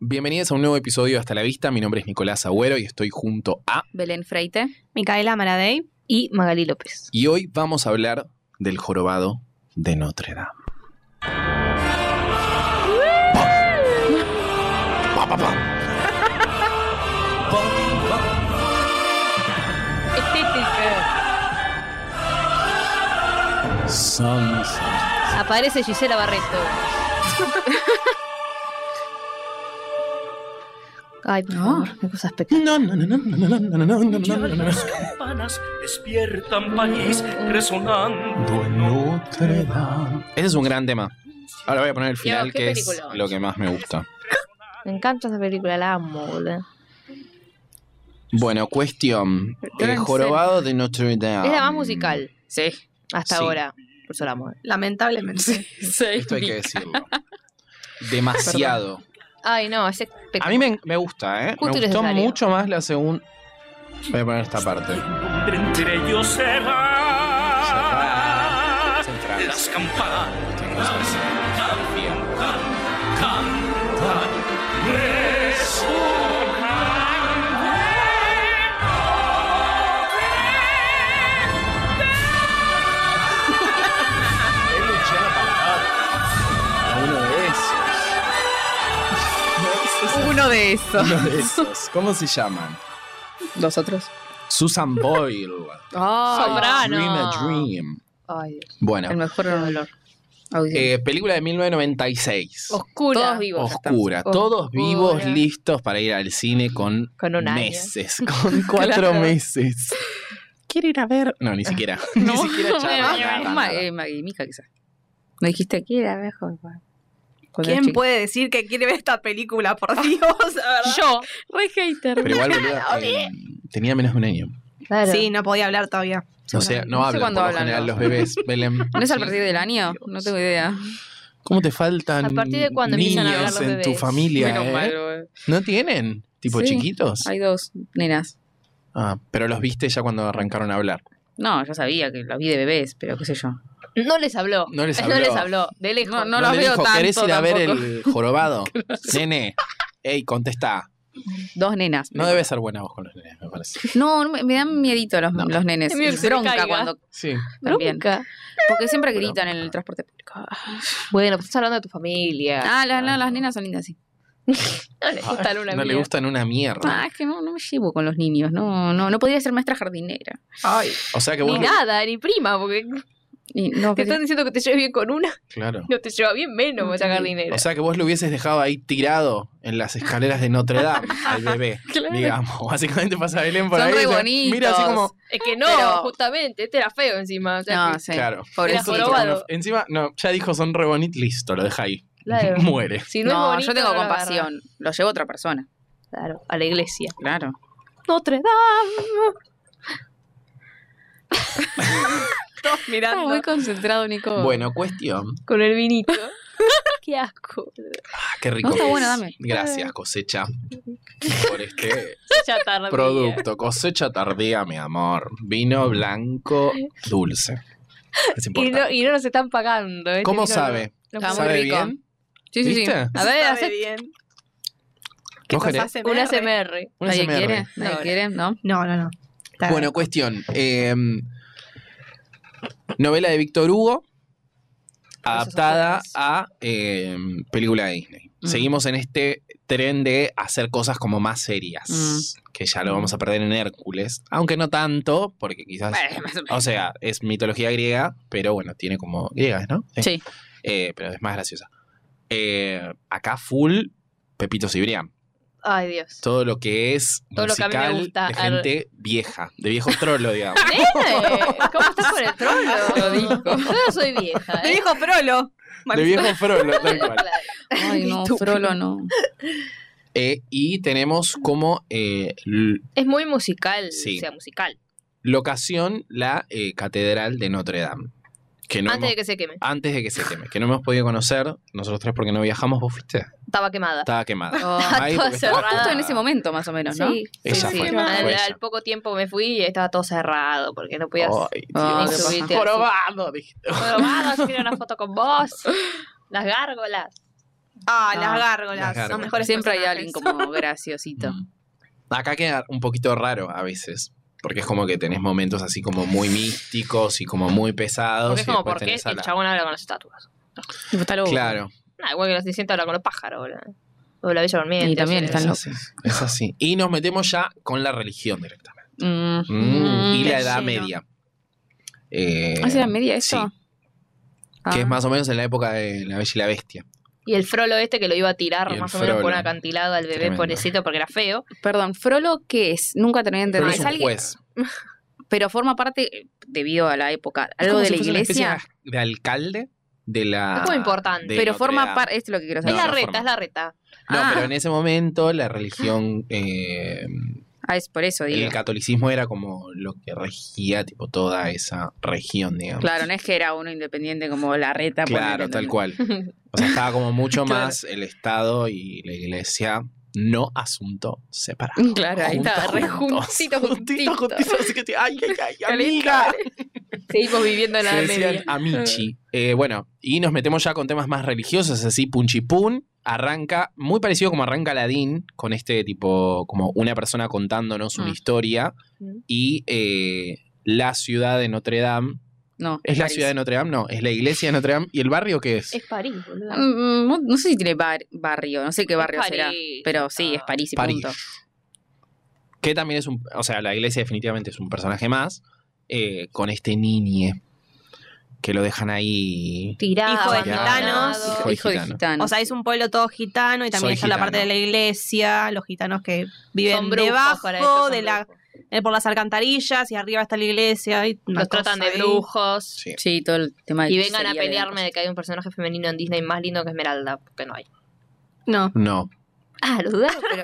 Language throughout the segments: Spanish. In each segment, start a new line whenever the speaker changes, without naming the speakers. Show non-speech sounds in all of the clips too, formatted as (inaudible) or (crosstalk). Bienvenidos a un nuevo episodio de Hasta la Vista. Mi nombre es Nicolás Agüero y estoy junto a.
Belén Freite
Micaela Maradei.
y Magali López.
Y hoy vamos a hablar del jorobado de Notre Dame. Pa, pa, pa.
Aparece Gisela Barreto. (laughs) Ay, por favor, qué cosa espectacular.
No, no, no, no, no, no, no, no, no,
Ya
no, no, no.
(laughs)
las campanas despiertan país resonando en
Notre Dame. Ese es un gran tema. Ahora voy a poner el final,
qué
que es
peliculón.
lo que más me gusta.
Me encanta esa película, la amo, boludo.
Bueno, cuestión. El jorobado de Notre Dame.
Es la más musical
Sí.
hasta
Sí.
ahora. Por eso la amo. eh.
(laughs) Lamentablemente.
Esto
(laughs)
hay que decirlo. Demasiado.
Ay, no, es
A
espectacular.
mí me, me gusta, ¿eh?
Justo
me
y
gustó
necesario.
mucho más la segunda. Voy a poner esta parte.
Entre ellos será
Central.
las campanas.
Uno de esos.
Uno de esos.
Uno de esos. ¿Cómo se llaman?
Los otros.
Susan Boyle.
Soprano.
Dream a Dream.
Ay, Dios. El
Bueno,
mejor dolor.
eh, película de 1996.
Oscura.
Todos vivos.
Oscura,
estamos.
todos
Oscura.
vivos listos para ir al cine con,
Con un año.
meses, con cuatro meses.
Quiero ir a ver.
No, ni siquiera.
No,
ni siquiera
Ah,
charla, nada, nada.
Mica, quizás. Me dijiste que era mejor.
¿Quién puede decir que quiere ver esta película? Por
(laughs)
Dios, la verdad.
Yo. Re hater.
Pero igual, boluda, eh, tenía menos de un año.
Claro.
Sí, no podía hablar todavía.
O sea, no,
No sé
hablan
cuándo
por lo
hablan
general
los-
los bebés, Belén.
¿No es al
Sí.
partir del año? No tengo idea.
¿Cómo te faltan
¿A partir de cuándo
niños
empiezan a hablar los
en tu
bebés?
familia?
Menos
eh?
mal, boludo.
¿No tienen? ¿Tipo
Sí.
chiquitos?
Hay dos nenas.
Ah, pero los viste ya cuando arrancaron a hablar.
No, yo sabía que la vi de bebés, pero qué sé yo.
No les habló.
No les habló.
(laughs) No les habló. De lejos.
No, no los
le
veo
dijo,
tanto
¿Querés ir a ver
tampoco".
el
(laughs)
jorobado? Nene, ey, contestá.
Dos nenas.
No debe ser buena voz con los nenes, me parece.
No, no me, me dan miedito los,
No.
los nenes.
Es miedo que se
bronca
te caiga.
cuando.
Sí.
También.
Bronca.
Porque siempre gritan en el transporte público.
Bueno, pues estás hablando de tu familia.
Ah, la- no, las nenas son lindas, sí.
no les gusta Luna
Ah, no le
mía.
gustan una mierda.
Ah, es que no, no me llevo con los niños. No, no, no podría ser maestra jardinera.
Ay,
O sea que
Ni
vos.
nada, ni prima, porque
Y no,
te
que-
están diciendo que te lleves bien con una,
Claro.
no te lleva bien menos, vas a sacar dinero.
O sea que vos lo hubieses dejado ahí tirado en las escaleras de Notre
(laughs)
Dame al bebé,
Claro.
digamos. Básicamente pasa Belén por
Son
ahí.
re
y dice,
bonitos.
Mira así como.
es que no,
pero-
justamente, este era feo encima. O sea,
no,
que-
sí.
Claro.
Pobrecito.
Esto es
jorobado.
una- Encima, no, ya dijo son re bonitos, listo, lo deja ahí.
Claro.
Muere.
si no, es
No,
bonito,
yo tengo
no lo agarra.
compasión. Lo llevo a otra persona.
Claro, a la iglesia.
Claro.
Notre Dame.
todos
Estaba
mirando.
muy concentrado, Nico.
Bueno, cuestión.
Con el vinito. Qué asco.
Ah, qué rico.
No, está
que
bueno,
es.
dame.
Gracias, cosecha. Por este
Chatarra.
producto. Cosecha tardía, mi amor. Vino blanco dulce. Es
Y no,
importante.
y no nos están pagando. ¿eh?
¿Cómo
Este
sabe?
vino no-
Está muy
¿Sabe
rico.
bien?
Sí, sí, sí.
¿Viste?
A ver,
Sabe
hace
bien.
¿Qué
Nos hace
una
merre.
CMR.
Una
Nadie
SMR.
quiere, nadie
Ahora.
quiere, ¿no?
No, no, no. Está
Bueno, cuestión. eh, novela de Víctor Hugo, adaptada a eh, película de Disney.
Mm.
Seguimos en este tren de hacer cosas como más serias,
Mm.
que ya lo vamos a perder en Hércules, aunque no tanto, porque quizás...
Bueno, más o menos.
O sea, es mitología griega, pero bueno, tiene como griegas, ¿no?
Sí.
Eh, pero es más graciosa. Eh, acá full Pepito Cibrián.
Ay, Dios.
Todo lo que es
Todo lo que a mí me
musical
gusta.
de gente vieja, de viejo trolo, digamos.
(laughs) ¿Eh?
(laughs)
¿Cómo estás con el trolo?
(laughs) Lo dijo.
Yo no soy vieja.
bien. De
¿eh?
viejo prolo.
De viejo frolo, tal cual.
Claro.
Ay, no,
Estúpido.
Frolo no.
(laughs) Eh, y tenemos como eh, l-
(laughs) Es muy musical,
Sí.
o sea, musical.
locación la eh, Catedral de Notre Dame. Que no
Antes
hemos-
de que se queme.
antes de que se queme, que no hemos podido conocer, nosotros tres porque no viajamos, vos fuiste,
Estaba quemada.
estaba
(laughs)
quemada. Ahí
toda
porque estaba
cerrada.
quemada.
Oh. Justo en ese momento, más o menos, ¿no?
Sí,
Ella
sí,
fue,
sí.
fue
Al,
ella.
al poco tiempo me fui y estaba todo cerrado porque no podías.
Ay,
Ah,
Dios.
¿qué pasa?
subiste.
Jorobado, dijiste.
(laughs)
Bueno, vamos, quiero una foto con vos. Las gárgolas.
Ah,
Ah, las gárgolas.
las gárgolas.
Son mejores
Siempre hay
personajes.
alguien
(laughs)
como graciosito.
Mm. Acá queda un poquito raro a veces. Porque es como que tenés momentos así como muy místicos y como muy pesados.
Porque es
y
como,
después
¿por qué
tenés a
el
la-
chabón habla con las estatuas?
Tipo, está loco.
Claro.
Nah, igual que los 600 habla con los pájaros, boludo. O la bella durmiente.
Y también
o sea,
están
es
locos.
así, es así. Y nos metemos ya con la religión directamente.
Mm.
Mm, y
qué
la Edad
lleno.
Media. Eh,
¿Hace la media eso?
sí,
Ah,
Que es más o menos en la época de La Bella y la Bestia.
Y el frolo este que lo iba a tirar
Y el
más o menos por un
Frollo.
acantilado al bebé
Tremendo.
pobrecito porque era feo.
Ah, Perdón, Frollo, ¿qué es? Nunca terminé de
Pero es
entender. Es
un
alguien-
juez.
pero forma parte, eh, debido a la época,
Es como
algo de
si
la
fuese una especie
iglesia.
De alcalde de la.
Es como importante.
de
Pero
Notre
forma
Dame.
parte, esto es lo que quiero
No,
saber.
es la
no
reta,
forma.
es la reta.
No,
Ah.
pero en ese momento la religión. eh,
Ah, es por eso, digo.
el catolicismo era como lo que regía, tipo, toda esa región, digamos.
Claro, no es que era uno independiente como la reta.
Claro,
ponele,
tal
¿no? (laughs)
cual. O sea, estaba como mucho
Claro.
más el Estado y la iglesia, no asunto separado.
(laughs) Claro, ahí
Juntos,
estaba, re
juntos, (laughs)
juntito,
juntito,
juntito.
juntito, así que te- ay,
(laughs)
ay, ay,
Calenta.
amiga.
Seguimos viviendo en la Ah.
Se
Edad
decían
Media.
amichi. Eh, bueno, y nos metemos ya con temas más religiosos, así punchipun. Arranca, muy parecido como arranca Aladdin, con este tipo, como una persona contándonos una
Mm.
historia.
Ah. Mm.
Y eh, la ciudad de Notre Dame.
No,
¿Es la
París.
ciudad de Notre Dame? No, es la iglesia de Notre Dame. ¿Y el barrio qué es?
Es París, boludo.
Mm, No no sé si tiene bar- barrio, no sé qué barrio
Es
será.
París.
Pero sí, es
Ah.
París y
París.
punto.
Que también es un. O sea, la iglesia definitivamente es un personaje más. eh, con este niñe. Que lo dejan ahí.
Tirado,
Hijo de
abandonado.
gitanos.
Hijo de
Hijo de
gitano.
gitano.
O sea, es un pueblo todo gitano y también
Soy
está la parte de
gitano.
la iglesia, los gitanos que viven
Son brujos para ellos,
debajo,
son
de la,
brujos.
eh, por las alcantarillas y arriba está la iglesia. Y una
Los tratan
cosa ¿eh?
de
ahí.
brujos.
Sí.
sí, todo el tema de
Y vengan a
hechicería de-
pelearme de que hay un personaje femenino en Disney más lindo que Esmeralda, porque no hay. (laughs)
No.
No.
Ah, lo dudaron, pero.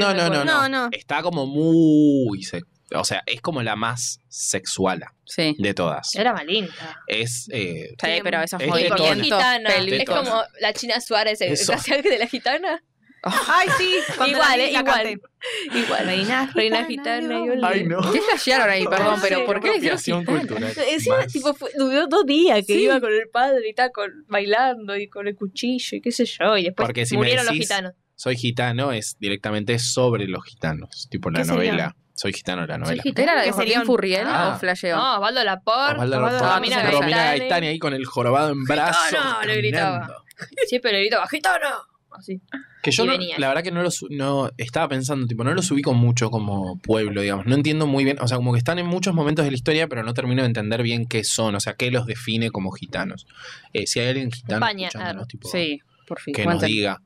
No, no, no, no.
No, no.
Está como muy. se- O sea, es como la más sexual
Sí.
de todas.
Eh.
Era malinta.
Es. eh,
Sí, pero esos
Es
Y porque es
tetona.
movimientos
gitana. Es
pélvicos.
Tetona.
como la China Suárez, ¿eh?
Eso.
¿sabes que de la
(laughs)
gitana?
Ay,
(laughs)
sí. cuando
Igual,
la
eh,
vi, la
igual.
canté.
Igual. Reina, gitana. y olé.
Ay, no.
¿Qué flashearon ahí? Perdón,
No sé,
pero ¿por qué le dijeron
Apropiación
gitana?
cultural.
Encima,
Más.
pues,
tipo, fue- duró dos días que
Sí.
iba con el padre y estaba con- bailando y con el cuchillo y qué sé yo. Y después
Porque si me
murieron
decís-
los gitanos.
Soy gitano es directamente sobre los gitanos. Tipo la
¿Qué sería?
novela. Soy gitano la novela.
¿Era la de
Que
Joaquín
serían-
Furriel
Ah.
o flasheo?
No, Osvaldo Laporte.
Osvaldo Romero.
Romina
Romina,
Gaetani.
Gaetani ahí con el jorobado en brazos.
Gitano, le gritaba.
caminando.
Siempre le gritaba, ¡gitano! Así.
Que yo,
Y
no-
venía.
la verdad que no los no, estaba pensando, tipo, no los ubico mucho como pueblo, digamos. No entiendo muy bien, o sea, como que están en muchos momentos de la historia, pero no termino de entender bien qué son, o sea, qué los define como gitanos. Eh, si hay alguien gitano
España,
escuchándonos,
claro.
tipo,
Sí, por fin.
que nos
Cuenten.
diga.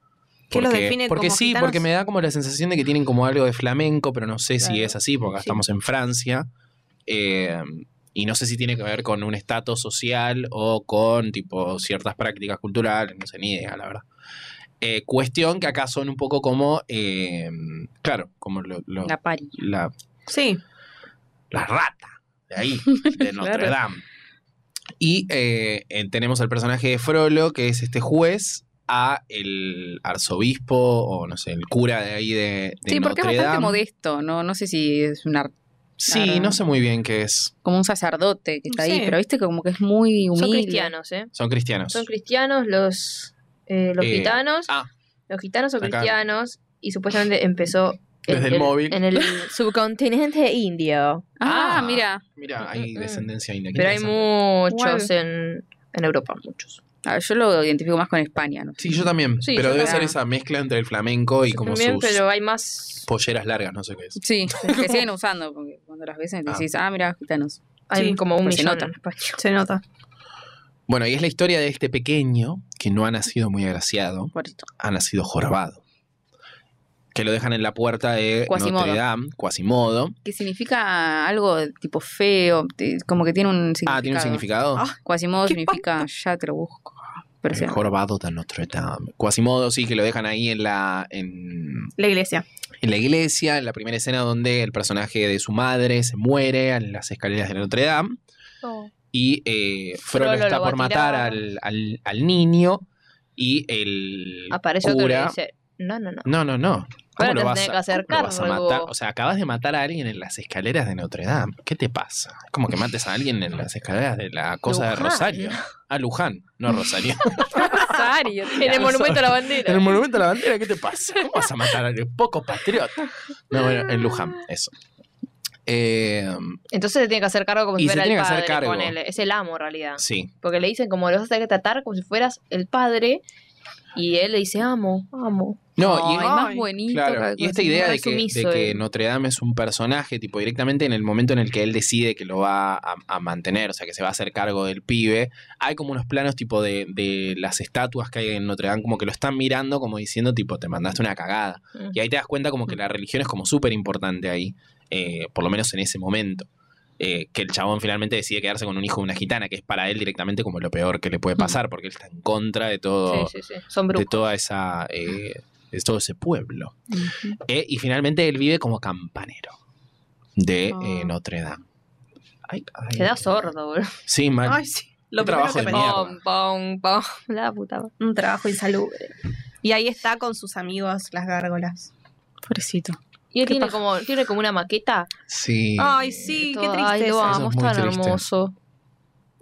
¿Qué los
Porque-
define
Porque
como
sí,
gitanos?
porque me da como la sensación de que tienen como algo de flamenco, pero no sé si
Claro.
es así, porque acá
Sí.
estamos en Francia. eh, y no sé si tiene que ver con un estatus social o con tipo ciertas prácticas culturales, no sé ni idea, la verdad. Eh, cuestión que acá son un poco como, eh, claro, como lo- lo-
La pari.
la,
Sí.
la rata de
(laughs)
ahí, de Notre
Claro.
Dame. Y eh, eh, tenemos al personaje de Frollo, que es este juez, a el arzobispo o no sé, el cura de ahí de, de
Sí,
Notre
porque es bastante
Dame.
modesto, no no sé si es un ar-
Sí,
Claro.
no sé muy bien qué es.
como un sacerdote que está ahí,
Sí.
pero viste que como que es muy humilde.
Son cristianos, ¿eh?
Son cristianos.
Son cristianos los, eh, los
Eh,
gitanos.
ah.
Los gitanos son
Acá.
cristianos y supuestamente empezó en
Desde el móvil. (laughs)
en el subcontinente indio.
Ah,
Ah.
mira.
Mira, hay
Mm, mm, mm.
descendencia india. Qué
Pero hay
interesante.
muchos en, en Europa, muchos.
A ver, Ah, yo lo identifico más con España, ¿no?
Sí, yo también.
Sí,
pero
yo
debe ser
también.
esa mezcla entre el flamenco y
Yo
como
también,
sus
pero hay más
polleras largas, no sé qué es. (laughs)
Sí, que siguen usando, porque cuando las ves decís, ah, mira, gitanos.
hay
Sí,
como un
pues se
millón
nota.
en España.
Se nota.
Bueno, y es la historia de este pequeño que no ha nacido muy agraciado.
Por esto.
ha nacido jorobado. Que lo dejan en la puerta de
Quasimodo.
Notre Dame, Quasimodo.
Que significa algo tipo feo, te- como que tiene un significado.
Ah, ¿tiene un significado?
Ah,
Quasimodo
Qué
significa, ya te lo busco. Pero sí.
el jorobado de Notre Dame. Quasimodo, sí, que lo dejan ahí en la, en,
La iglesia.
en la iglesia, en la primera escena donde el personaje de su madre se muere en las escaleras de Notre Dame. Y eh, Frollo
Frollo
está
Oh. lo va
por
a
matar
tirar.
al, al- al niño y el
Aparece otro que
cura...
dice, no, no, no.
No, no, no. ¿Cómo
Ahora
lo
te
vas,
tenés
a,
que hacer
cómo lo vas a
cargo.
matar? O sea, acabas de matar a alguien en las escaleras de Notre Dame. ¿Qué te pasa? Es como que mates a alguien en las escaleras de la cosa
Luján.
de Rosario. A Luján,
(laughs)
no Rosario.
Rosario, en el monumento a la
en el
bandera.
monumento a la bandera, ¿qué te pasa? ¿Cómo vas a matar a alguien? Poco patriota. No, bueno, en Luján, eso. Eh,
Entonces se tiene que hacer cargo como
Y
si
se
fuera el
tiene que hacer
padre.
cargo.
ponele. Es el amo en realidad.
sí.
Porque le dicen como los vas a tener que tratar como si fueras el padre. Y él le dice amo, amo.
No, y,
Ay, más
Ay,
bonito.
Claro,
cada
y esta
cosa.
idea
re
de que, de
sumiso eh.
que
él.
Notre Dame es un personaje, tipo, directamente en el momento en el que él decide que lo va a, a mantener, o sea, que se va a hacer cargo del pibe, hay como unos planos, tipo, de, de las estatuas que hay en Notre Dame, como que lo están mirando, como diciendo, tipo, te mandaste una cagada.
Mm.
Y ahí te das cuenta como que la religión es como súper importante ahí, eh, por lo menos en ese momento. Eh, que el chabón finalmente decide quedarse con un hijo de una gitana, que es para él directamente como lo peor que le puede pasar, porque él está en contra de todo,
Mm. Sí, sí, sí. Son
de
brujos.
toda esa eh, de todo ese pueblo.
Ujú.
Eh, y finalmente él vive como campanero de
Ah.
eh, Notre Dame. Ay, ay.
Queda sordo, boludo.
Sí, mal.
Ay, sí. Lo
Un
primero
trabajo
que
de
pensé.
mierda.
Pom, pom, pom. (laughs) La puta. madre.
Un trabajo insalubre. Y ahí está con sus amigos, las gárgolas.
Pobrecito.
Y él
Qué
tiene
paja.
como, tiene como una maqueta.
Sí.
Ay, sí, qué
Todo- Ay, lo
tristeza.
Eso
amo,
es
es
muy
tan
triste.
hermoso.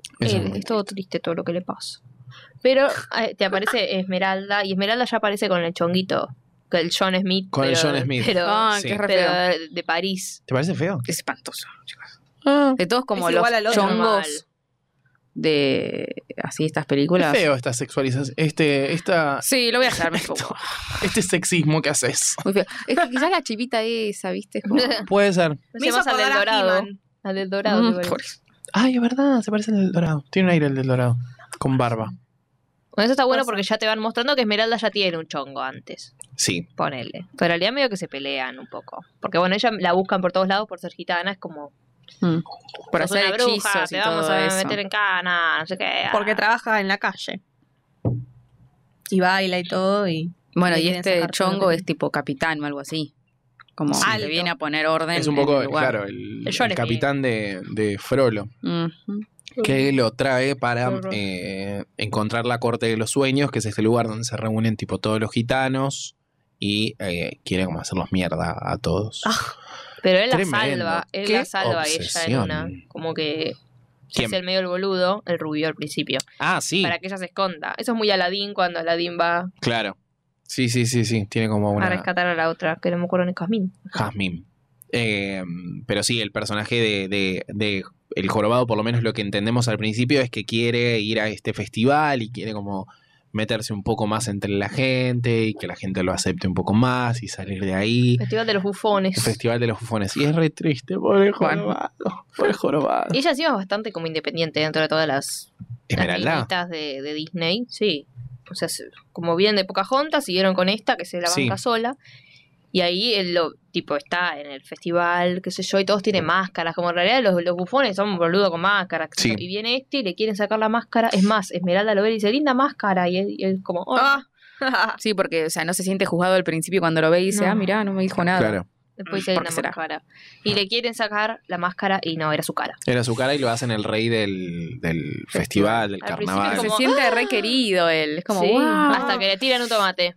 Eso
Él,
es muy-
es todo triste todo lo que le pasa. Pero eh, te aparece Esmeralda, y Esmeralda ya aparece con el chonguito, con el John Smith.
Con el
pero-
John Smith.
Pero,
Ah,
sí.
qué re
pero
feo.
de París.
¿Te parece feo?
Es espantoso, chicos. De todos como
Es
los
igual al otro.
Normal.
chongos de así estas
Es
películas.
feo esta sexualización, este, esta,
Sí, lo voy a
(laughs)
dejar. me pongo.
este sexismo que haces.
Muy feo. Es que quizás la chivita esa, ¿viste? Es como-
Puede ser.
Me
(laughs) Me
hizo (laughs)
hizo
más al del
acordar a
dorado.
He-Man.
Al del dorado.
Mm,
te parece.
pobre.
Ay, es verdad, se parece al del dorado. Tiene un aire el del dorado. Con barba.
Bueno, eso está bueno
Puede
porque ya te van mostrando que Esmeralda ya tiene un chongo antes.
Sí.
Ponele. Pero en realidad medio que se pelean un poco. Porque bueno, ella la buscan por todos lados por ser gitana. Es como,
Mm. Por
"Sos una
hacer
bruja,
hechizos
te
y
vamos
todo
a
eso.
meter en cana, no sé qué. ah".
Porque trabaja en la calle. Y baila y todo. Y
Bueno,
Le
y
quieren
este
sacar todo lo
chongo
que-
es tipo capitán o algo así. Como
Sí.
que viene a poner orden.
Es un
en
poco,
el lugar.
claro, el,
El John
el
Smith.
capitán de, de Frollo.
Ujú.
que lo trae para
Horror.
eh, encontrar la corte de los sueños, que es este lugar donde se reúnen tipo todos los gitanos y eh, quiere como hacerlos mierda a todos.
Ah. Pero él
Tremendo.
la salva, él
Qué
la salva a ella en
obsesión.
una. Como que se
¿Quién?
hace el medio el boludo, el rubio al principio,
Ah, sí,
para que ella se esconda. Eso es muy Aladín cuando Aladín va
claro. Sí, sí, sí, sí, tiene como
a
una
rescatar a la otra, que no me acuerdo ni Casmín.
Jasmine. Eh, pero sí, el personaje de, de- de El Jorobado, por lo menos lo que entendemos al principio, es que quiere ir a este festival y quiere como meterse un poco más entre la gente y que la gente lo acepte un poco más y salir de ahí.
Festival de los
El
bufones.
Festival de los Bufones. Y es re triste, pobre jorobado. Pobre jorobado.
Ella sí es bastante como independiente dentro de todas las, las
Esmeralda.
niñitas de, de Disney. Sí. O sea, se- como vienen de Pocahontas, siguieron con esta, que se la
Sí.
banca sola. Y ahí él lo, tipo, está en el festival, qué sé yo, y todos tienen máscaras. Como en realidad los, los bufones son boludo con máscaras. qué sé
Sí.
yo. Y viene este y le quieren sacar la máscara. Es más, Esmeralda lo ve y dice, linda máscara. Y él, y él como, "Oh".
Ah.
Sí, porque o sea, no se siente juzgado al principio cuando lo ve y dice,
No.
ah, mirá, no me dijo nada.
Claro.
después dice,
¿por
linda
qué será?
máscara. Y le quieren sacar la máscara y no, era su cara.
Era su cara y lo hacen el rey del, del festival, del
Al principio
carnaval.
Se
Ah, como-
siente re querido él. Es como,
Sí.
"Guau".
Hasta que le tiran un tomate.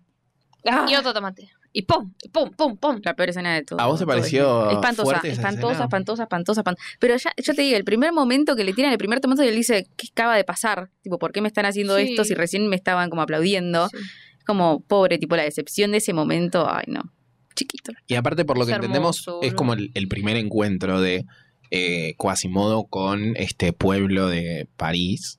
Ah.
Y otro tomate. Y pum, pum, pum, pum.
La peor escena de todo.
¿A vos te
todo
pareció
el- espantosa,
fuerte esa
espantosa,
escena?
espantosa, espantosa, espantosa. Pero ya, yo te digo, el primer momento que le tiran el primer tomate, él dice, ¿qué acaba de pasar? Tipo, ¿por qué me están haciendo
Sí.
esto si recién me estaban como aplaudiendo?
Sí.
Es como, pobre, tipo, la decepción de ese momento, ay no, chiquito.
Y aparte, por lo
Es
que entendemos,
hermoso,
es
¿no?
como el, el primer encuentro de eh, Quasimodo con este pueblo de París.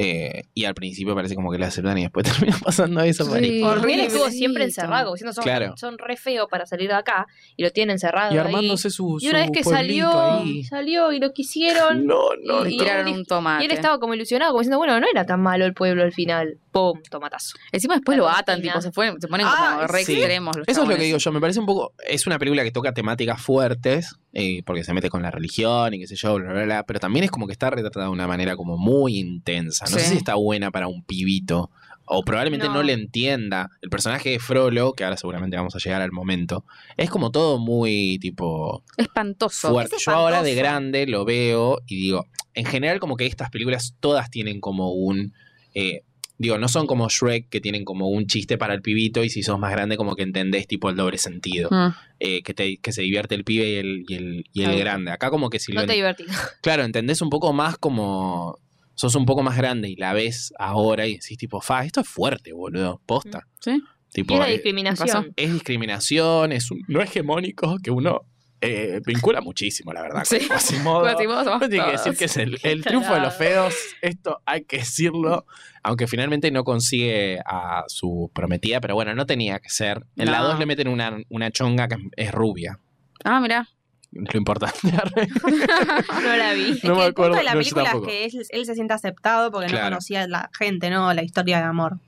Eh, y al principio parece como que la aceptan y después (laughs) termina pasando eso.
Sí.
marica.
Porque él
Horrible.
estuvo siempre
Pobrecito.
encerrado, como diciendo son,
Claro.
son re feos para salir de acá y lo tienen encerrado.
Y
ahí.
armándose su,
Y una vez
su
que
pueblito
salió,
ahí.
salió y lo quisieron.
No, no,
Le
y-
no.
tiraron
él-
un tomate.
Y él estaba como ilusionado, como diciendo, bueno, no era tan malo el pueblo al final. ¡Pum! Tomatazo.
Encima después
La
lo atan,
rutina.
tipo, se, fue- se ponen
Ah,
como re
sí.
extremos. los
Eso es lo que
chabones.
digo yo, me parece un poco, es una película que toca temáticas fuertes, eh, porque se mete con la religión y qué sé yo, bla, bla, bla, pero también es como que está retratada de una manera como muy intensa. No
Sí.
sé si está buena para un pibito, o probablemente no,
No.
le entienda. El personaje de Frollo, que ahora seguramente vamos a llegar al momento, es como todo muy tipo
Espantoso.
fuerte.
es
Yo ahora de
espantoso.
grande lo veo y digo, en general como que estas películas todas tienen como un... eh, Digo, no son como Shrek que tienen como un chiste para el pibito y si sos más grande como que entendés tipo el doble sentido.
Mm.
eh, que, te- que se divierte el pibe y el, y el, y el
Ahí.
grande. Acá como que si lo...
No te
en-
divertís.
Claro, entendés un poco más como... Sos un poco más grande y la ves ahora y decís tipo, fa, esto es fuerte, boludo, posta.
Sí.
Tipo,
Y la
eh,
discriminación.
es discriminación, es un- no hegemónico que uno eh, vincula muchísimo, la verdad.
Sí.
con Quasimodo.
Quasimodo somos
Uno tiene que
todos.
decir que es el, el
Qué
triunfo de los
tarado.
feos, esto hay que decirlo, aunque finalmente no consigue a su prometida, pero bueno, no tenía que ser. En la
No.
2 le meten una, una chonga que es rubia,
Ah, mira.
es lo importante. (laughs)
No la vi.
no me
que el punto
acuerdo,
de la
no, yo
película es
tampoco.
que él, él se siente aceptado porque
Claro.
no conocía la gente, ¿no? La historia de amor.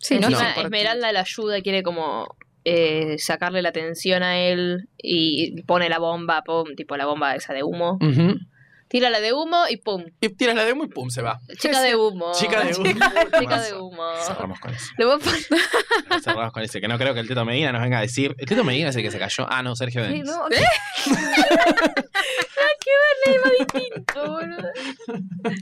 Sí, no,
Encima,
sé por qué.
Esmeralda la ayuda, quiere como eh, sacarle la atención a él y pone la bomba, pum, tipo la bomba esa de humo.
Ujú.
Tira la de humo y pum,
Y tiras la demo y pum, se va.
chica de humo.
Chica de humo.
Chica de humo.
Cerramos con eso.
Lo voy a poner-
Cerramos con ese, que no creo que el Teto Medina nos venga a decir. El Teto Medina es el que se cayó. Ah, no, Sergio
Ay,
Denis.
no, ¿qué?
¿Eh?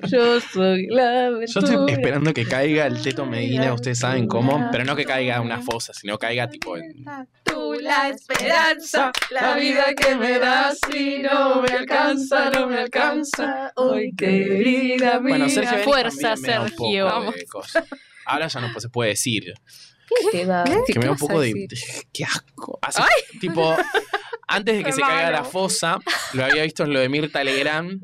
Yo soy la
Yo estoy
aventura.
esperando que caiga el Teto Medina, ustedes saben cómo, pero no que caiga a una fosa, sino caiga tipo en-
Tú la esperanza,
La vida que me das si no me alcanza, no me alcanza. Hoy, querida mía.
Bueno, Sergio Denis
Fuerza,
también me da un poco
Sergio.
de
Vamos.
cosa. Ahora ya no pues, se puede decir.
Te va.
Que me da un poco de...
Decir?
¡Qué asco! Hace- tipo, antes de que se caiga a la fosa, lo había visto en lo de Mirta Legrand.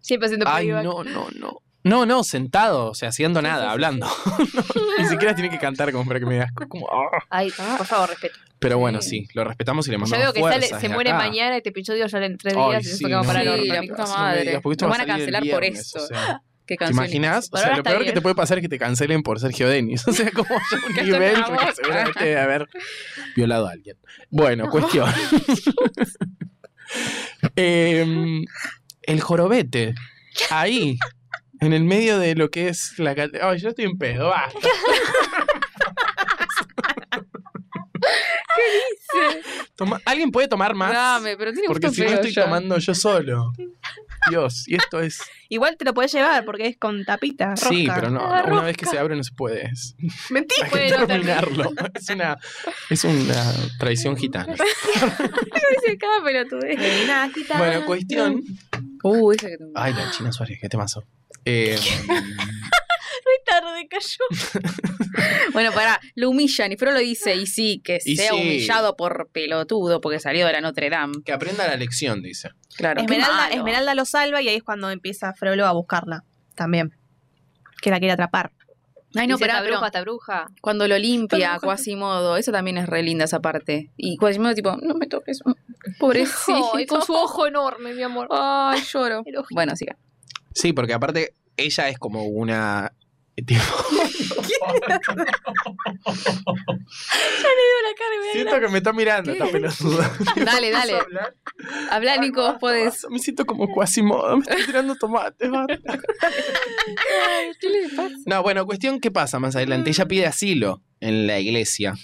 Siempre haciendo
Ay,
playback.
no, no, no. No, no, sentado, o sea, haciendo
Sí,
nada,
sí, sí,
hablando. (laughs) No, ni siquiera tiene que cantar como para que me dé asco. Como, ah.
Ay, por favor, respeto.
Pero bueno, sí, lo respetamos y le
Ya
mandamos
veo que sale,
fuerzas
se
de
muere
acá.
mañana este episodio sale en tres
Ay,
días y nos
sí,
tocamos
no,
para el
Sí,
horno.
la
amigos.
puta
no me
madre.
digas, porque esto
Nos
va
van a
salir el
cancelar por
viernes,
esto.
o sea,
¿Qué
¿Te
canción?
imaginas? O
Por
sea,
ahora
lo
está
peor que
bien.
te puede pasar es que te cancelen por Sergio Denis. (laughs) O sea, como ya
(laughs) Cállate
un nivel
la
porque
boca.
seguramente debe haber violado a alguien. Bueno,
(laughs)
cuestión. Em, el jorobete. Ahí. En el medio de lo que es la cate- Ay, yo estoy en pedo,
(laughs)
basta. Toma- ¿Alguien puede tomar más?
Dame, pero tiene
Porque
gusto
si no
feo
estoy
ya.
tomando yo solo. Dios, y esto es.
Igual te lo puedes llevar porque es con tapita. Rosca.
Sí, pero no,
Ah,
una vez que se abre no se puede. Es-
Mentira.
Hay que
Bueno,
terminarlo. (laughs) Es una, es una traición gitana.
Dice cada pelotudez.
Nena, gitana.
Bueno, cuestión.
Uh, esa que te...
Ay, la China Suárez, qué temazo. Eh,
tarde cayó.
Bueno, pará, lo humillan y Fro lo dice, y sí, que
Y
sea
sí.
humillado por pelotudo porque salió de la Notre Dame.
que aprenda la lección, dice.
Claro.
Esmeralda,
Qué malo.
Esmeralda lo salva y ahí es cuando empieza Frollo a buscarla también. Que la quiere (laughs) atrapar.
Ay, no, pará,
esta
pero
bruja, esta bruja.
cuando lo limpia Quasimodo, eso también es re linda esa parte. Y Quasimodo tipo, no me toques.
(laughs)
Pobrecito.
Ay, con su ojo enorme, mi amor.
Ay, lloro.
El ojito.
Bueno, siga.
Sí, porque aparte ella es como una. eh, tipo, (laughs) siento que me está mirando esta pelotuda.
Dale, dale. Habla, Nico, (laughs) vos podés.
Ah, Me siento como cuasimodo, me estoy tirando tomates, basta. No, bueno, cuestión, ¿qué pasa más adelante? Ella pide asilo en la iglesia.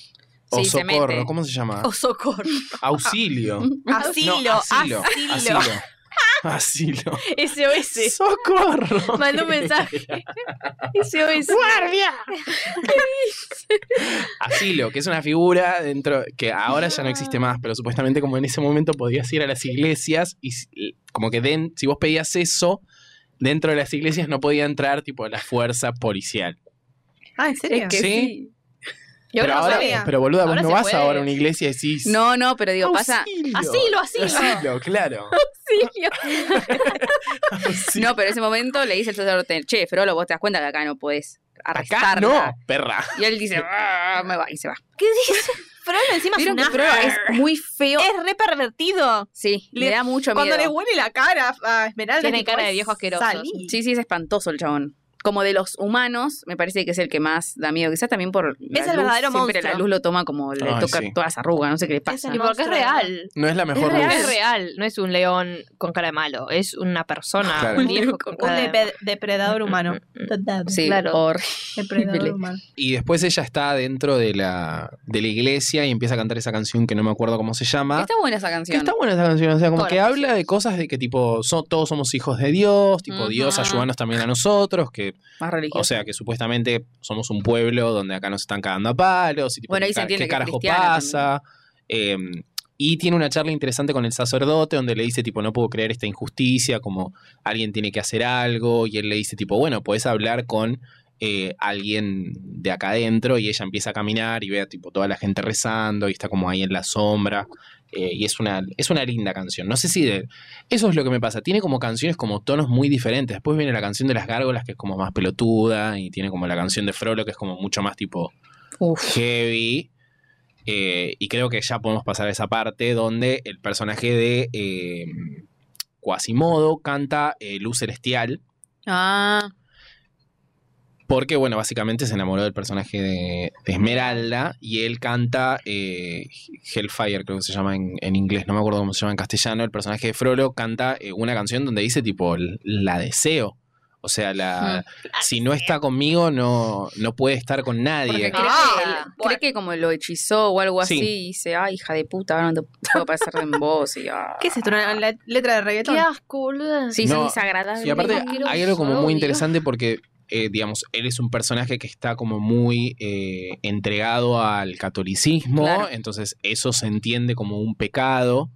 O
Sí, se
socorro,
mete.
¿cómo se llama?
Oh.
O socorro.
Auxilio.
Asilo,
No,
asilo.
asilo. Asilo.
SOS.
Socorro.
Mandó un (laughs) mensaje. SOS.
Asilo, que es una figura dentro que ahora ya no existe más, pero supuestamente como en ese momento podías ir a las iglesias y s- y como que den, si vos pedías eso, dentro de las iglesias no podía entrar tipo la fuerza policial.
Ah, ¿en serio?
que- Sí.
Yo
pero
no
ahora,
sabía.
pero boluda, vos
Ahora
no
se
vas
puede.
ahora a una iglesia y decís
No, no, pero digo, pasa.
"Auxilio".
Asilo, asilo.
Asilo, claro. Auxilio.
No, pero en ese momento le dice el sacerdote, che, Frolo, vos te das cuenta que acá no podés
Acá
arrestarla.
no, perra.
Y él dice, "Ah, me va, y se va.
Frollo encima es
Vieron
un
que Frollo
asco.
es muy feo.
Es re pervertido.
Sí, le,
Eh, Le-
da mucho
Cuando le
miedo.
huele la cara a Esmeralda.
Tiene
tipo,
cara de
"Ay,
viejo asqueroso".
salí.
Sí, sí, es espantoso el chabón. Como de los humanos, me parece que es el que más da miedo. Quizás también por. la
Es el
luz,
verdadero
Siempre
monstruo.
la luz lo toma como le
Ay,
toca
sí.
todas las arrugas, no sé qué le
Es
pasa.
el
Y porque es real.
No es la mejor
real.
luz.
Es real, no es un león con cara de malo, es una persona,
Claro.
un
Un
viejo
león
con
Un
cara de Mm,
depe- depredador
(laughs)
humano. Total.
Sí, (laughs)
Claro.
por-
Depredador humano.
Y después ella está dentro de la, de la iglesia y empieza a cantar esa canción que no me acuerdo cómo se llama.
Está buena esa
Ah. Que
canción.
está buena esa canción, o sea, como
Todas
que
las
habla de cosas de que tipo, so- todos somos hijos de Dios, tipo Dios
Ujú.
ayúdanos también a nosotros, que que,
Más religioso.
o sea, que supuestamente somos un pueblo donde acá nos están cagando a palos, y tipo,
Bueno, ahí
¿qué,
se
ca-
entiende
qué
que es
carajo
cristiana
pasa? Eh, y tiene una charla interesante con el sacerdote donde le dice, tipo, no puedo creer esta injusticia, como alguien tiene que hacer algo, y él le dice, tipo, bueno, podés hablar con eh, alguien de acá adentro y ella empieza a caminar y ve a tipo toda la gente rezando y está como ahí en la sombra. eh, y es una, es una linda canción. No sé si de. Eso es lo que me pasa. Tiene como canciones como tonos muy diferentes. Después viene la canción de las gárgolas, que es como más pelotuda. Y tiene como la canción de Frollo, que es como mucho más tipo
Uf.
heavy. Eh, y creo que ya podemos pasar a esa parte donde el personaje de eh, Quasimodo canta eh, Luz Celestial.
Ah,
Porque, bueno, básicamente se enamoró del personaje de, de Esmeralda y él canta eh, Hellfire, creo que se llama en, en inglés, no me acuerdo cómo se llama en castellano. El personaje de Frollo canta eh, una canción donde dice, tipo, l- la deseo. O sea, la,
Hmm.
si no está conmigo, no, no puede estar con nadie.
porque cree, que,
Ah,
cree
bueno.
que como lo hechizó o algo
Sí.
así y dice, ay, hija de puta, ahora no te puedo pasar en vos. Y, ah.
¿Qué es esto? ¿Una la- letra de reggaetón?
Qué asco, boludo.
Sí,
No,
son desagradables.
Y aparte,
Asqueroso,
hay algo como muy
obvio.
interesante porque, eh, digamos, él es un personaje que está como muy eh, entregado al catolicismo,
Claro.
entonces eso se entiende como un pecado.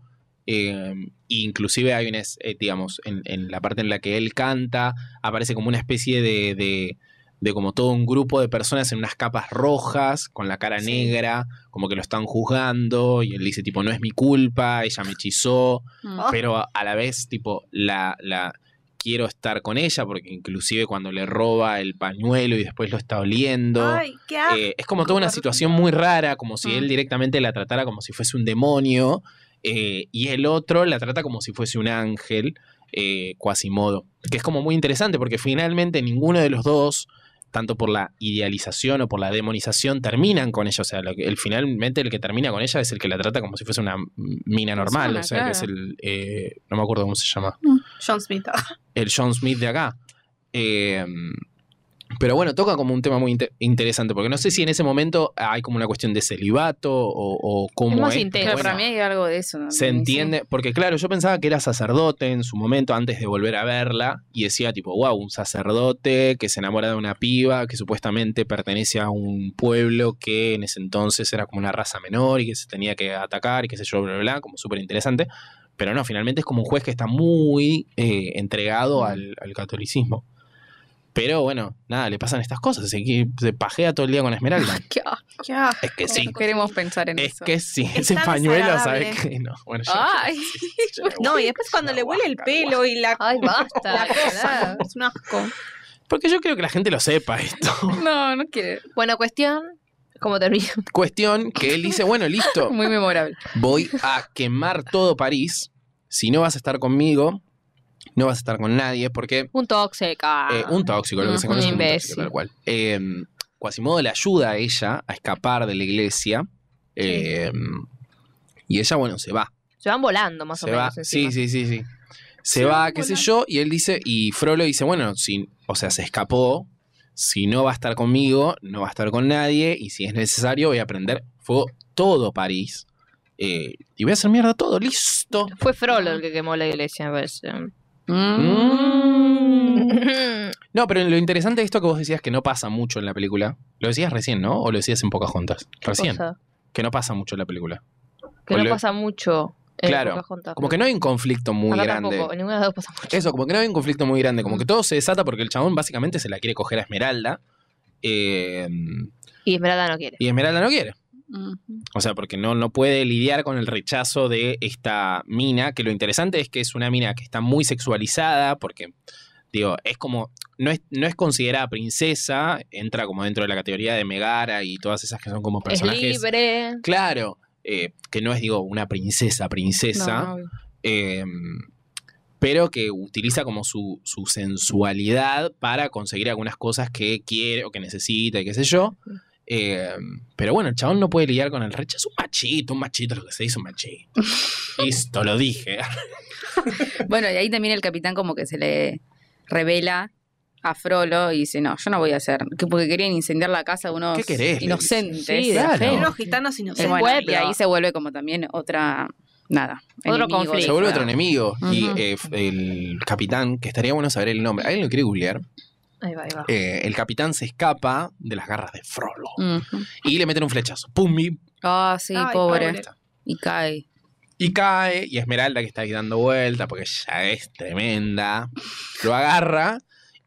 eh, inclusive hay una, es- eh, digamos, en, en la parte en la que él canta, aparece como una especie de, de- de como todo un grupo de personas en unas capas rojas, con la cara
Sí.
negra, como que lo están juzgando, y él dice tipo, no es mi culpa, ella me hechizó,
Mm.
Ah.
pero a, a la vez, tipo, la, la quiero estar con ella, porque inclusive cuando le roba el pañuelo y después lo está oliendo.
Ay, qué asco.
eh, es como toda una situación muy rara, como si él directamente la tratara como si fuese un demonio, eh, y el otro la trata como si fuese un ángel, eh, Quasimodo. Que es como muy interesante, porque finalmente ninguno de los dos, tanto por la idealización o por la demonización, terminan con ella. O sea, lo que- el, finalmente el que termina con ella es el que la trata como si fuese una mina normal.
Persona,
o sea, que es
claro.
el. eh, no me acuerdo cómo se llama
John Smith.
el John Smith de acá. Eh, pero bueno, toca como un tema muy inter- interesante, porque no sé si en ese momento hay como una cuestión de celibato o, o cómo
Es
es.
más
pero
intenso.
Pero
bueno,
para mí hay algo de eso. ¿no?
se
Sí.
entiende, porque claro, yo pensaba que era sacerdote en su momento antes de volver a verla y decía tipo, wow, un sacerdote que se enamora de una piba que supuestamente pertenece a un pueblo que en ese entonces era como una raza menor y que se tenía que atacar y qué sé yo, bla, bla, bla, como súper interesante. Pero no, finalmente es como un juez que está muy eh, entregado al, al catolicismo. Pero bueno, nada, le pasan estas cosas, así que se pajea todo el día con Esmeralda.
(laughs) Qué asco.
Qué asco.
Es que sí,
No queremos pensar en
es
eso.
que sí, ese
tan
pañuelo,
desagradable.
¿sabes qué? No, bueno, ya-
Ay,
(laughs) No, y después cuando le huele el pelo y la,
Ay, basta.
la cosa.
claro.
Es un asco.
Porque yo creo que la gente lo sepa esto. (laughs)
no, no quiere.
Bueno, cuestión. ¿Cómo termina?
Cuestión que él dice, bueno, listo,
(laughs) Muy memorable.
voy a quemar todo París. Si no vas a estar conmigo, no vas a estar con nadie, porque
Un
Ah.
tóxica.
eh, un tóxico, lo que se
Ujú,
conoce como un
imbécil.
tóxico, tal cual. Eh, Quasimodo le ayuda a ella a escapar de la iglesia. eh, y ella, bueno, se va.
Se van volando, más
se
o
va.
menos.
Sí,
encima.
sí, sí, sí. Se, va, qué sé yo, y él dice, y Frollo dice, bueno, si, o sea, se escapó, si no va a estar conmigo, no va a estar con nadie, y si es necesario voy a prender fuego todo París, eh, y voy a hacer mierda todo, listo.
Fue Frollo el que quemó la iglesia, me parece.
Mm. No, pero lo interesante de esto que vos decías que no pasa mucho en la película, lo decías recién, ¿no? ¿O lo decías en pocas juntas? Recién,
Cosa
que no pasa mucho en la película.
que no
Ole.
pasa mucho. en
Claro,
Pocahontas,
Como
pero-
que no hay un conflicto muy
Acá
grande.
Tampoco, en ninguna de las dos pasa mucho.
Eso, como que no hay un conflicto muy grande, como que todo se desata porque el chabón básicamente se la quiere coger a Esmeralda. eh,
Y Esmeralda no quiere.
y Esmeralda no quiere. O sea, porque no, no puede lidiar con el rechazo de esta mina, que lo interesante es que es una mina que está muy sexualizada, porque, digo, es como, no es, no es considerada princesa, entra como dentro de la categoría de Megara y todas esas que son como
Es
personajes.
libre.
Claro, eh, que no es, digo, una princesa, princesa.
No, obvio.
eh, pero que utiliza como su, su sensualidad para conseguir algunas cosas que quiere o que necesita y qué sé yo. Eh, pero bueno, el chabón no puede lidiar con el rechazo. Un machito, un machito, lo que se dice, un machito. Listo, lo dije.
Bueno, y ahí también el capitán como que se le revela a Frollo y dice, no, yo no voy a hacer, que porque querían incendiar la casa de unos
¿Qué querés? Le
inocentes.
dice. Sí, de
Claro.
fe.
No.
Unos gitanos
Y
inocentes.
bueno,
pueblo.
y ahí se vuelve como también otra, nada,
Otro
enemigo de
conflicto.
Se vuelve
Frollo.
otro enemigo. Y
Ujú.
eh, el capitán, que estaría bueno saber el nombre. ¿Alguien lo quiere googlear?
Ahí va, ahí va.
Eh, el capitán se escapa de las garras de Frollo
Ujú.
y le meten un flechazo. ¡Pum! bim,
Ah, sí,
Ay,
pobre.
pobre.
Y cae.
Y cae, y Esmeralda, que está ahí dando vuelta, porque ya es tremenda, lo agarra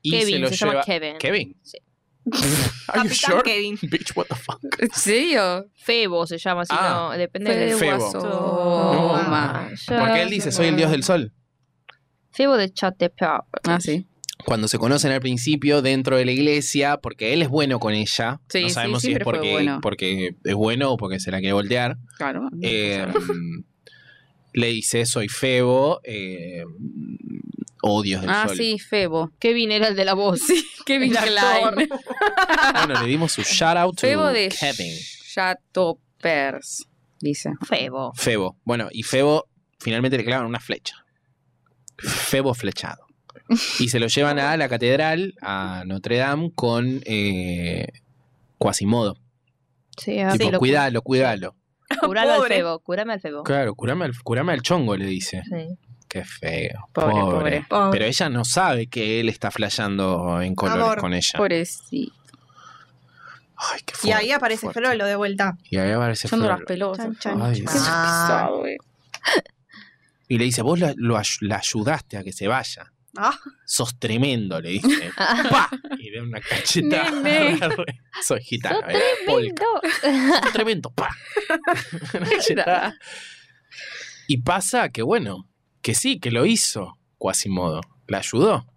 y
Kevin,
se lo
se
lleva.
llama Kevin.
Kevin.
Sí.
(laughs) Are you
Capitán
sure?
Kevin.
Bitch, what the fuck.
¿En serio?
Febo se llama, si
Ah,
no, depende Ah, del-
Febo.
Toma.
Porque él dice, soy el dios del sol.
Febo de Chat de Pau.
Ah, sí.
Cuando se conocen al principio dentro de la iglesia, porque él es bueno con ella.
Sí,
no
sí,
sabemos si es
siempre fue
porque,
bueno.
porque es bueno o porque se la quiere voltear.
Claro.
Eh, (laughs) le dice, soy Febo, eh, oh Dios del
ah,
Sol.
sí, Febo.
Kevin era el de
(laughs)
la voz. Sí,
Kevin Klein.
Bueno, le
(laughs)
dimos su shout out to
Febo de
Kevin. Ah.
Shatopers, dice.
Febo.
Febo. Bueno, y Febo finalmente le clavan una flecha. Febo flechado. Y se lo llevan a la catedral, a Notre Dame, con eh, Quasimodo.
Sí, ah,
tipo,
lo-
cuídalo, cuídalo.
Curalo al
Pobre.
Febo, curame al Febo.
Claro, curame al, curame al chongo, le dice.
Sí.
Qué feo.
Pobre,
Pobre,
pobre.
Pero ella no sabe que él está flasheando en colores
Amor,
con ella.
Pobrecito.
Ay, qué
Y ahí
fuerte,
aparece
fuerte.
Frollo de vuelta.
Y ahí aparece
Echando las
Frollo.
pelotas.
Chan,
chaval.
Ay,
chan,
Qué
Dios.
Ah.
pesado, eh.
Y le dice, vos la, lo ay- la ayudaste a que se vaya.
Ah.
Sos tremendo, le dice. ¡Pa! Y le da una cachetada.
Nene.
(laughs) Soy gitano. era polca. Sos tremendo. ¡Pa! Una cachetada. Y pasa que, bueno, que sí, que lo hizo Quasimodo. La ayudó.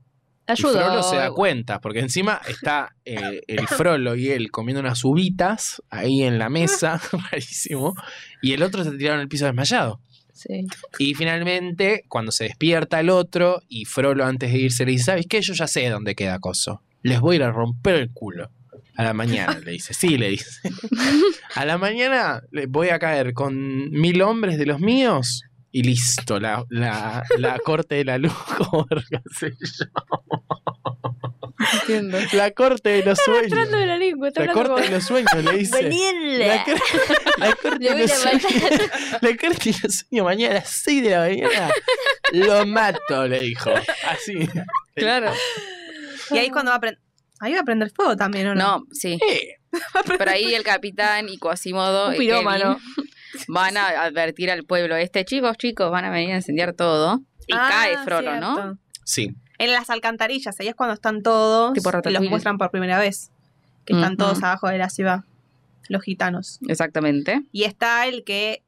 Y Frollo
Ayudo.
se da cuenta, porque encima está eh, el Frollo y él comiendo unas uvitas ahí en la mesa, rarísimo, y el otro se tiraron al piso desmayado.
Sí.
Y finalmente, cuando se despierta el otro y Frollo antes de irse le dice, ¿sabes qué? Yo ya sé dónde queda Coso. Les voy a ir a romper el culo. A la mañana, le dice. Sí, le dice. a la mañana le voy a caer con mil hombres de los míos y listo. La, la, la corte de la luz, (laughs) como verga se llama.
Entiendo.
La corte de los sueños.
la lengua, está
La corte de los sueños, le dice. La,
(laughs)
Daniela.
cor- la corte
Le
de
voy a
los sueños.
(laughs) matar.
(laughs) La corte lo sueño mañana a las 6 de la mañana. Lo mato, le dijo. Así.
Claro.
Y ahí es cuando va a prender. Ahí va a prender fuego también, ¿o no?
No, sí.
Eh,
Por ahí el capitán y Quasimodo
Un
y
pirómano.
Kevin van a advertir al pueblo este, chicos, chicos, van a venir a incendiar todo. Y
Ah,
cae Frollo, ¿no?
cierto.
Sí.
En las alcantarillas, ahí es cuando están todos
Tipo
y los
Ratatouille. Mm,
muestran por primera vez. Que están
Ujú.
todos abajo de la ciudad, los gitanos.
Exactamente.
Y está el que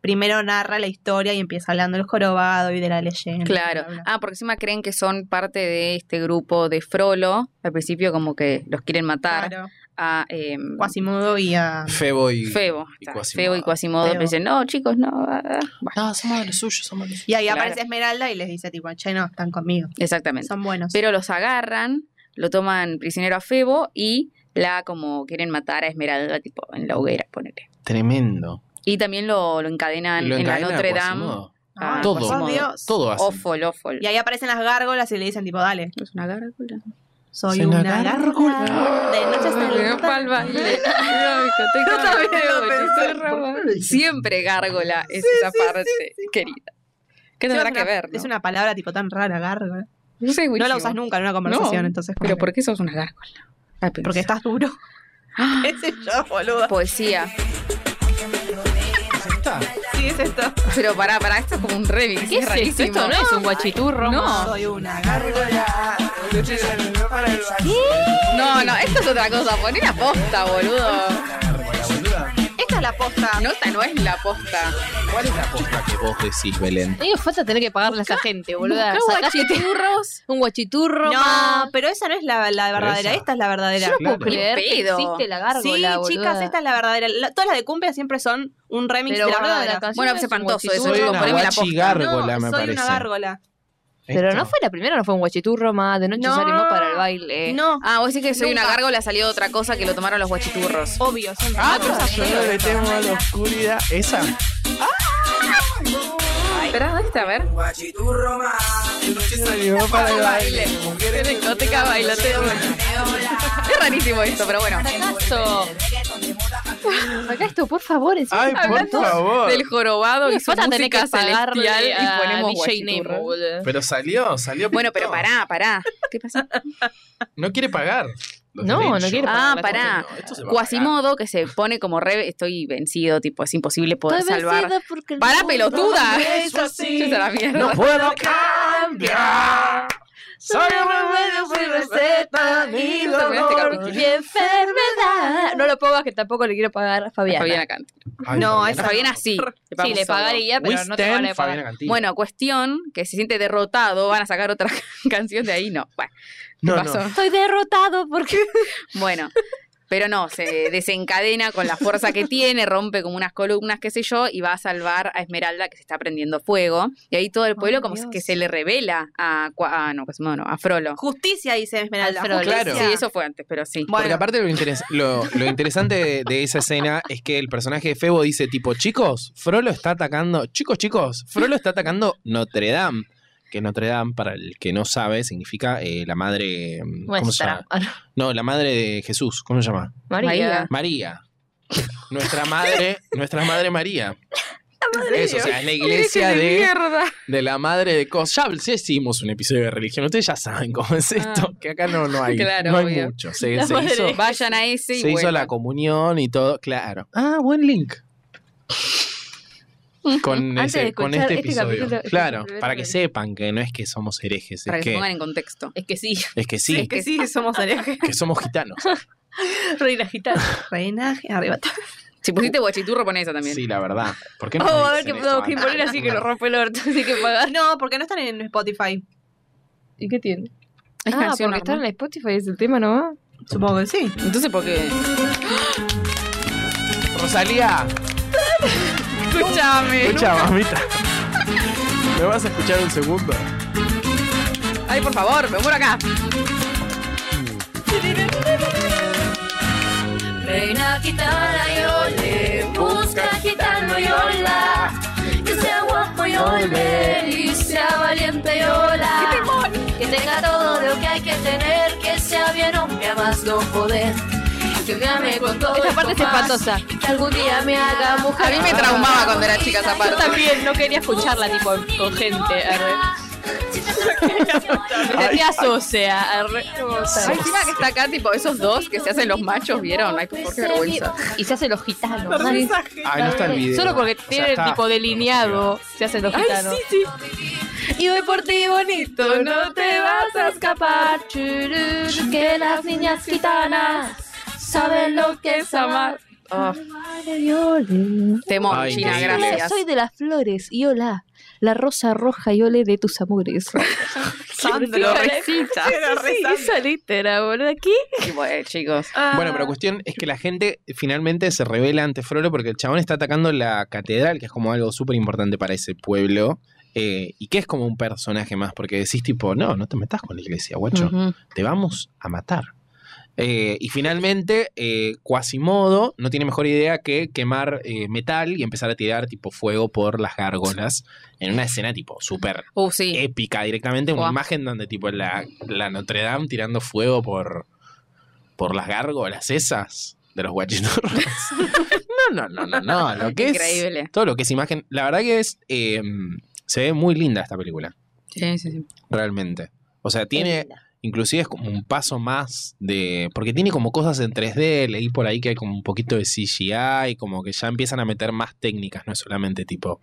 primero narra la historia y empieza hablando del jorobado y de la leyenda.
Claro.
bla, bla.
Ah, porque encima creen que son parte de este grupo de Frollo. Al principio como que los quieren matar
Claro.
a em,
Quasimodo y ah, a.
Febo y.
Febo.
y
Está,
Quasimodo.
Febo y Quasimodo.
Febo.
Pero dicen, no, chicos, no. ah, ah". Bueno,
No, somos de los suyos, somos de los suyos.
Y ahí
Claro.
aparece Esmeralda y les dice, tipo, che, no, están conmigo.
exactamente.
Son buenos.
Pero los agarran, lo toman prisionero a Febo y la como quieren matar a Esmeralda, tipo, en la hoguera, ponele.
Tremendo.
Y también lo, lo encadenan
Lo
en la
encadenan a
Notre Dame.
Quasimodo.
Ah,
a
Todo.
por
Quasimodo.
Dios.
Todo así.
Ofol, ofol.
Y ahí aparecen las gárgolas y le dicen, tipo, dale,
Es una gárgola.
soy
Soy
una
una
gárgola.
gárgola.
De noche
Me veo
hasta
pa'l (laughs) baile. La discoteca
Yo también
baileo,
lo pensé,
hechicera,
¿por
va. Siempre gárgola es esa parte, querida. ¿Qué tendrá que ver?
Es
no?
una palabra, tipo, tan rara, gárgola.
No sé,
No la
buenísimo.
usas nunca en una conversación,
No,
entonces.
Pero
ponele.
¿por qué sos una gárgola? Ay, pensé.
Porque estás duro.
(gasps) Ah,
(laughs) Ese yo, boludo.
Poesía.
Está.
Sí, es esto.
(laughs) Pero pará, pará, esto es como un remix.
¿Qué es esto?
rarísimo.
Esto no es un guachiturro.
No,
Soy una gárgola.
no, no, esto es otra cosa. Poné la posta, boludo.
Esta es la posta.
Nota no es la posta.
¿Cuál es la posta que vos decís, Belén?
Digo, falta tener que pagarle a esa gente, boluda.
Buscá
Sacaste
guachiturros.
(laughs) un guachiturro.
No,
más.
pero esa no es la, la verdadera,
esa.
esta es la verdadera.
Yo no
Claro.
puedo creer que
Pedo.
existe la
Sí,
gárgola, boluda.
chicas, esta es la verdadera. La- todas las de cumbia siempre son un remix
Pero
de la
boluda,
verdadera.
la canción
Bueno,
es
es
un
espantoso eso,
guachiturro.
Soy
digo,
una
poneme la posta.
guachigárgola,
no,
me
soy
parece.
una gárgola.
Pero
Esto.
no fue la primera, no fue un guachiturro más. De noche
No.
salimos para el baile.
No,
Ah, vos decís que soy una
Nunca.
gárgola, salió otra cosa que lo tomaron los guachiturros.
obvio. Son
Ah,
pero
Yo no le temo a la oscuridad. ¿Esa?
Esperá, ¿dónde está? A ver.
para el
baile. discoteca bailoteo. Es rarísimo esto, pero bueno.
Acá esto, por favor, encima
Ay, por
hablando-
favor.
Del jorobado y
Nos
su
falta tener
música
que
celestial
pagarle
y
a
ponemos
DJ
guachiturro.
Nemo, boludo.
Pero salió, salió.
Bueno, pero
pintó.
pará, pará. ¿Qué pasa?
No quiere pagar. los
No, no
derechos.
quiere
Ah,
pagar la
pará.
No, esto se va a
Quasimodo que se pone como re estoy vencido, tipo, es imposible poder salvar.
porque
¡Para pelotuda! (laughs)
es así.
Esa es la mierda.
pagar. No puedo cambiar. Soy un remedio sin receta ni
Justo con este
dolor.
capítulo.
Mi enfermedad. No lo pongas que tampoco le quiero pagar a Fabiana.
Fabiana canta.
Ay,
No,
Fabiana.
esa-
Fabiana sí.
Sí, le pagaría, pero no te van
Wisten,
a pagar.
Fabiana Cantilo.
Bueno, cuestión que se siente derrotado, van a sacar otra (laughs) canción de ahí, no. Bueno, ¿qué
no,
pasó?
no.
Estoy derrotado porque.
(laughs) Bueno, pero no, se desencadena con la fuerza que tiene, rompe como unas columnas, qué sé yo, y va a salvar a Esmeralda que se está prendiendo fuego. Y ahí todo el pueblo
Ay,
como
Dios.
que se le revela a, Cua- a- no, Quasimodo no, a Frollo.
Justicia, dice Esmeralda.
Alfredo,
justicia.
claro.
Sí, eso fue antes, pero sí.
Porque
Bueno,
aparte lo, interes- lo- lo interesante de, de esa escena es que el personaje de Febo dice tipo, chicos, Frollo está atacando, chicos, chicos, Frollo está atacando Notre Dame. Que Notre Dame, para el que no sabe, significa eh, la madre... ¿Cómo se
Nuestra.
llama? No, la madre de Jesús, ¿cómo se llama?
(laughs) María.
María.
María. Nuestra madre, nuestra madre María. Eso, o sea, es la iglesia de,
mierda!
de la madre de cosas. Ya sí hicimos un episodio de religión, ustedes ya saben cómo es esto, que acá no, no hay,
Claro,
no hay
obvio.
mucho. Se,
Ah. La
se
(laughs)
madre
hizo,
de
Vayan a ese y
se hizo
vuelvan.
la comunión y todo, claro. Ah, buen link. Con,
Antes
ese-
de
con
escuchar
este
este
episodio.
capítulo, este
claro,
capítulo,
para que
este
sepan que no es que somos herejes,
Para
es
que se
que,
pongan en contexto.
Es que sí,
es que
sí,
sí,
es que sí, somos herejes.
que somos
(laughs)
gitanos.
reina gitana.
Reina, arriba.
Si pusiste guachiturro, pon esa también.
Sí, la verdad. ¿Por qué
Oh,
no
a
dicen
ver que
esto
puedo
antes?
poner así que nos rompe el orto, así que
(laughs)
pagar.
No, porque no están en Spotify.
¿Y qué tiene?
Es
ah,
canción
porque está en
normal.
la Spotify es el tema nomás.
Supongo que sí.
Entonces, ¿por qué?
Rosalía,
Escúchame.
escucha, mamita. ¿Me vas a escuchar un segundo?
Ay, por favor, me muero acá.
Reina gitana yole, busca gitano yola, que sea guapo yole y sea valiente yola, que tenga todo lo que hay que tener, que sea bien hombre a más no poder, que me ame con todo
Esta
y
parte
con
es
más,
espantosa.
y que algún día me haga mujer.
A mí me traumaba cuando era chica esa parte.
Yo también no quería escucharla tipo con gente. (laughs) Arre. Me sentía socia. Arre. Como,
Ay,
¿sabes?
encima que está acá, tipo, esos dos que se hacen los machos, ¿vieron? Ay, por favor, qué vergüenza.
Y se hacen los gitanos. ¿sabes?
Ay, no está el video.
Solo porque
O sea,
tienen
está-
tipo delineado se hacen los gitanos.
sí. Y voy por ti bonito, no te vas a escapar.
Churur, que las niñas gitanas saben lo que es amar.
Oh, temón,
Ay,
China,
increíble.
gracias.
Soy de las flores y hola, la rosa roja y ole de
(laughs)
tus amores.
Sandro,
recita. Sí, esa letra, boludo. Aquí.
Y bueno, chicos.
Bueno,
Ah,
pero cuestión es que la gente finalmente se revela ante Frollo porque el chabón está atacando la catedral, que es como algo súper importante para ese pueblo. eh, y que es como un personaje más, porque decís tipo, no, no te metas con la iglesia, guacho, te vamos a matar. Eh, y finalmente, eh, Quasimodo no tiene mejor idea que quemar eh, metal y empezar a tirar tipo fuego por las gárgolas en una escena tipo súper
Uh, sí.
épica directamente, una
Guau.
imagen donde tipo la, la Notre Dame tirando fuego por, por las gárgolas esas de los
(laughs)
guachiturros. no, no, no, no, no, lo que es
Increíble.
todo lo que es imagen, la verdad que es eh, se ve muy linda esta película,
Sí, sí, sí.
realmente. O sea, tiene inclusive es como un paso más de porque tiene como cosas en 3D, leí por ahí que hay como un poquito de CGI y como que ya empiezan a meter más técnicas, no es solamente tipo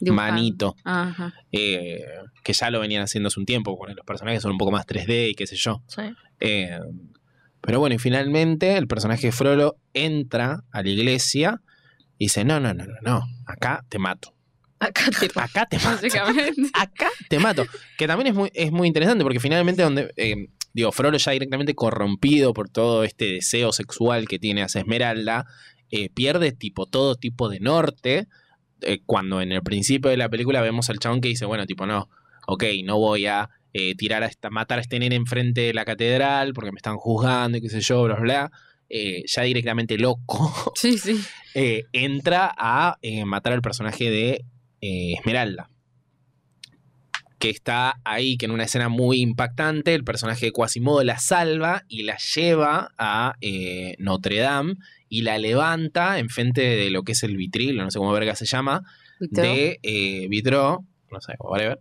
Dibujando.
manito
Ajá.
eh, que ya lo venían haciendo hace un tiempo, porque los personajes son un poco más 3D y qué sé yo. Eh, pero bueno, y finalmente el personaje de Frollo entra a la iglesia y dice, no, no, no, no, no, acá te mato.
Acá te
Acá te mato.
Básicamente.
(laughs) Acá te mato. Que también es muy, es muy interesante porque finalmente donde... eh, digo, Frollo ya directamente corrompido por todo este deseo sexual que tiene hacia Esmeralda, eh, pierde tipo todo tipo de norte. eh, cuando en el principio de la película vemos al chabón que dice, bueno, tipo, no, ok, no voy a eh, tirar a esta, matar a este nene enfrente de la catedral porque me están juzgando y qué sé yo, bla, bla. bla. Eh, ya directamente loco, (laughs)
Sí, sí.
eh, entra a eh, matar al personaje de eh, Esmeralda. Que está ahí, que en una escena muy impactante, el personaje de Quasimodo la salva y la lleva a eh, Notre Dame y la levanta enfrente de lo que es el vitril, no sé cómo verga se llama,
¿Viste?
de eh, vitro, no sé,
(laughs)
whatever,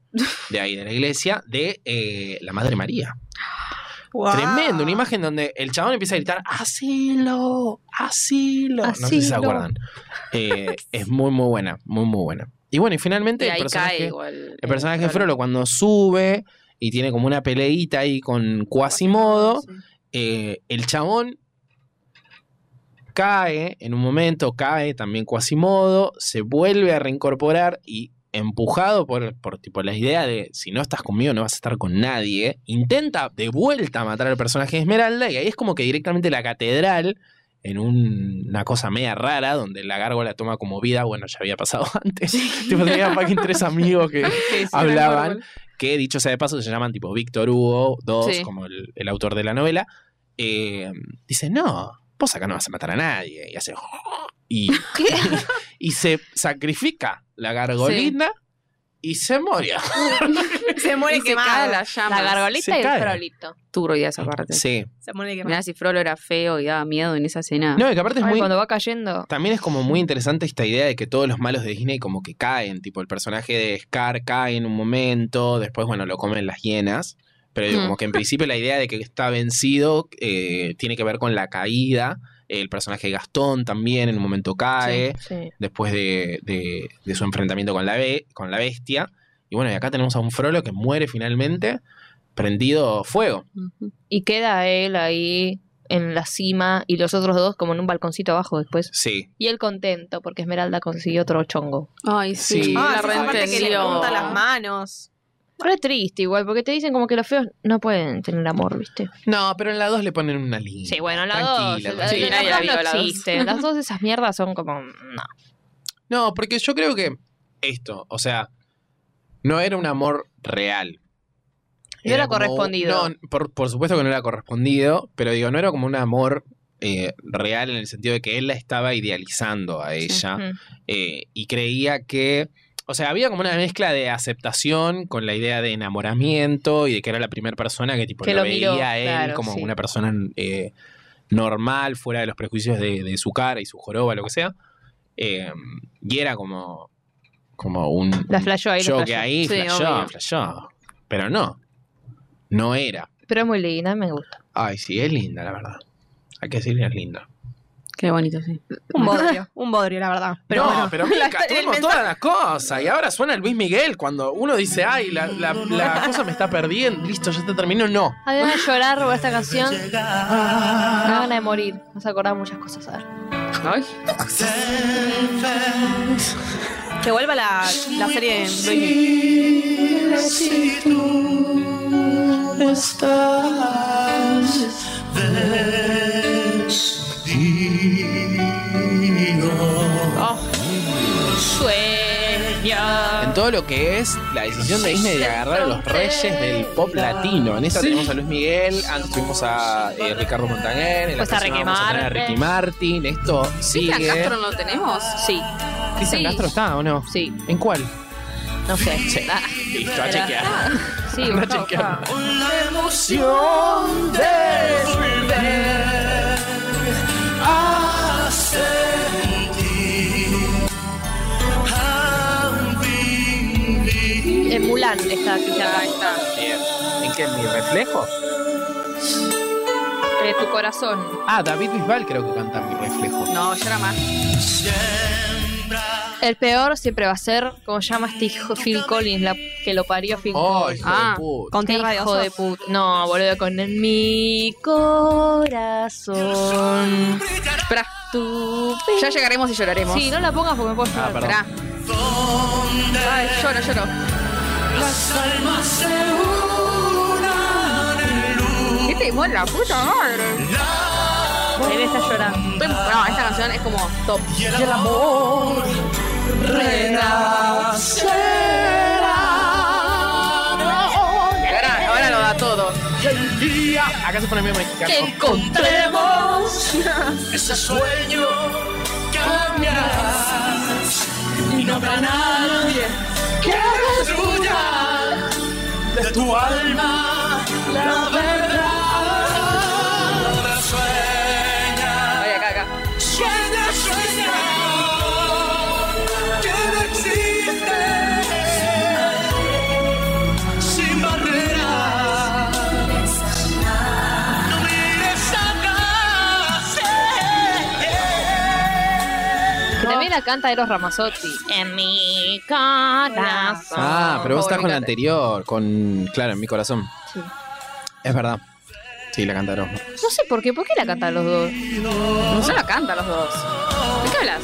de ahí de la iglesia, de eh, la Madre María.
Wow.
Tremendo, una imagen donde el chabón empieza a gritar, ¡Asilo! ¡Asilo! No sé si se
Asilo.
acuerdan.
(laughs)
Eh, es muy, muy buena, muy, muy buena. Y bueno, y finalmente
Y
el
ahí
personaje,
cae igual.
el personaje de Frollo cuando sube y tiene como una peleita ahí con Quasimodo, eh, el chabón cae en un momento, cae también Quasimodo, se vuelve a reincorporar y empujado por, por tipo la idea de si no estás conmigo no vas a estar con nadie, intenta de vuelta matar al personaje de Esmeralda y ahí es como que directamente la catedral en un- una cosa media rara donde la gárgola toma como vida, bueno, ya había pasado (laughs) antes. tipo, tenía fucking tres amigos que
(laughs) Sí, sí,
hablaban,
árbol.
que dicho sea de paso se llaman tipo Víctor Hugo II,
Sí.
como el, el autor de la novela, eh, dice, no, vos acá no vas a matar a nadie. Y hace... (laughs) Y, (laughs) y se sacrifica la gargolina y se murió.
Se muere
Y se cae
quemado.
la llama.
La gargolita
Se
y
cae.
el frolito.
Duro ya esa parte.
Sí.
Se muere quemado.
Mirá si Frollo era feo y daba miedo en esa escena.
No, y que aparte es
Ay,
muy...
cuando va cayendo.
También es como muy interesante esta idea de que todos los malos de Disney como que caen, tipo el personaje de Scar cae en un momento, después bueno, lo comen las hienas, pero digo,
Mm.
como que en principio la idea de que está vencido eh, tiene que ver con la caída, el personaje de Gastón también en un momento cae,
Sí.
después de, de- de su enfrentamiento con la, be- con la bestia, y bueno, y acá tenemos a un Frollo que muere finalmente prendido fuego.
Ujú.
Y queda él ahí en la cima y los otros dos como en un balconcito abajo después.
Sí,
Y él contento porque Esmeralda consiguió otro chongo.
Ay, sí.
Sí.
Ah,
la
sí, esa parte que le
reentendió.
junta las manos.
Pero es triste igual porque te dicen como que los feos no pueden tener amor, ¿viste?
no, pero en la 2 le ponen una línea.
Sí, bueno, la dos.
Tranquila,
La,
tranquila.
Sí, nadie la vio,
no
la dos.
existe. Las dos de esas mierdas son como... No.
No, porque yo creo que esto, o sea, no era un amor real.
No era
como un-
correspondido.
no, por, por supuesto que no era correspondido, pero digo, no era como un amor eh, real en el sentido de que él la estaba idealizando a ella
Mm.
eh, y creía que, o sea, había como una mezcla de aceptación con la idea de enamoramiento y de que era la primera persona que tipo
Que
lo,
lo miró,
veía a él
claro,
como
sí.
una persona eh, normal, fuera de los prejuicios de, de su cara y su joroba, lo que sea. Eh, y era como, como un,
La
un
flasheó ahí. la
choque
flasheó.
ahí,
Sí,
flashó,
obvio.
flashó. Pero no, no era.
Pero es muy linda, me gusta.
Ay, sí, es linda, la verdad. Hay que decir que es linda.
Qué bonito, sí.
Un bodrio, un bodrio, la verdad. Pero
no,
bueno,
pero mira,
está- el
tuvimos
mensaje-
todas las cosas. Y ahora suena el Luis Miguel cuando uno dice, ay, la, la- la cosa me está perdiendo. Listo, ya te termino. No.
Hay ganas de llorar por esta canción. Me da ganas de morir. Vas a acordar muchas cosas. A ver.
Ay.
que vuelva la, la serie en Luis.
En todo lo que es la decisión de Disney de agarrar a los reyes del pop latino. En esta tenemos a Luis Miguel, antes tuvimos a eh, Ricardo Montaner, en la
Pues a
próxima
Ricky
vamos a tener a
Martin.
Ricky Martin. Esto sigue.
¿Cristian Castro no lo tenemos?
Sí,
¿Cristian
sí.
Castro está o no?
sí.
¿En cuál?
No sé. Ah,
Listo, a chequear.
sí,
A
buscá,
chequear.
buscá. En Eh, Mulan está Cristian
Ahí
Castro.
está.
Bien. ¿En qué? ¿En mi reflejo?
Eh, tu corazón.
Ah, David Bisbal creo que canta mi reflejo.
No, yo era más.
El peor siempre va a ser, como llama este hijo Phil Collins, la que lo parió Phil
Oh,
Collins.
hijo
Ah.
de puta.
Con
Qué
tierra de
hijo
osos.
de puta. No, boludo, con en mi corazón.
Esperá.
Tu
Ya llegaremos y lloraremos.
Sí, no la pongas porque me puedo
Ah, perdón.
llorar.
Esperá. Ay, lloro, lloro. ¿Qué te muere Este la puta madre?
Él está llorando.
No, esta canción es como top. Ahora, ahora lo da todo.
Acá se pone medio mexicano.
encontremos ese sueño cambiará y no habrá nadie que destruya de tu alma la verdad. Sueña
Ay, acá, acá.
Sueña
esta canta Eros Ramazzotti. En mi corazón.
Ah, pero vos estás con la
Pobre
anterior, con. Claro, en mi corazón.
Sí.
Es verdad. Sí, la cantaron.
canta. No sé por qué, ¿por qué la cantan los dos?
No se la canta los dos. ¿De qué hablas?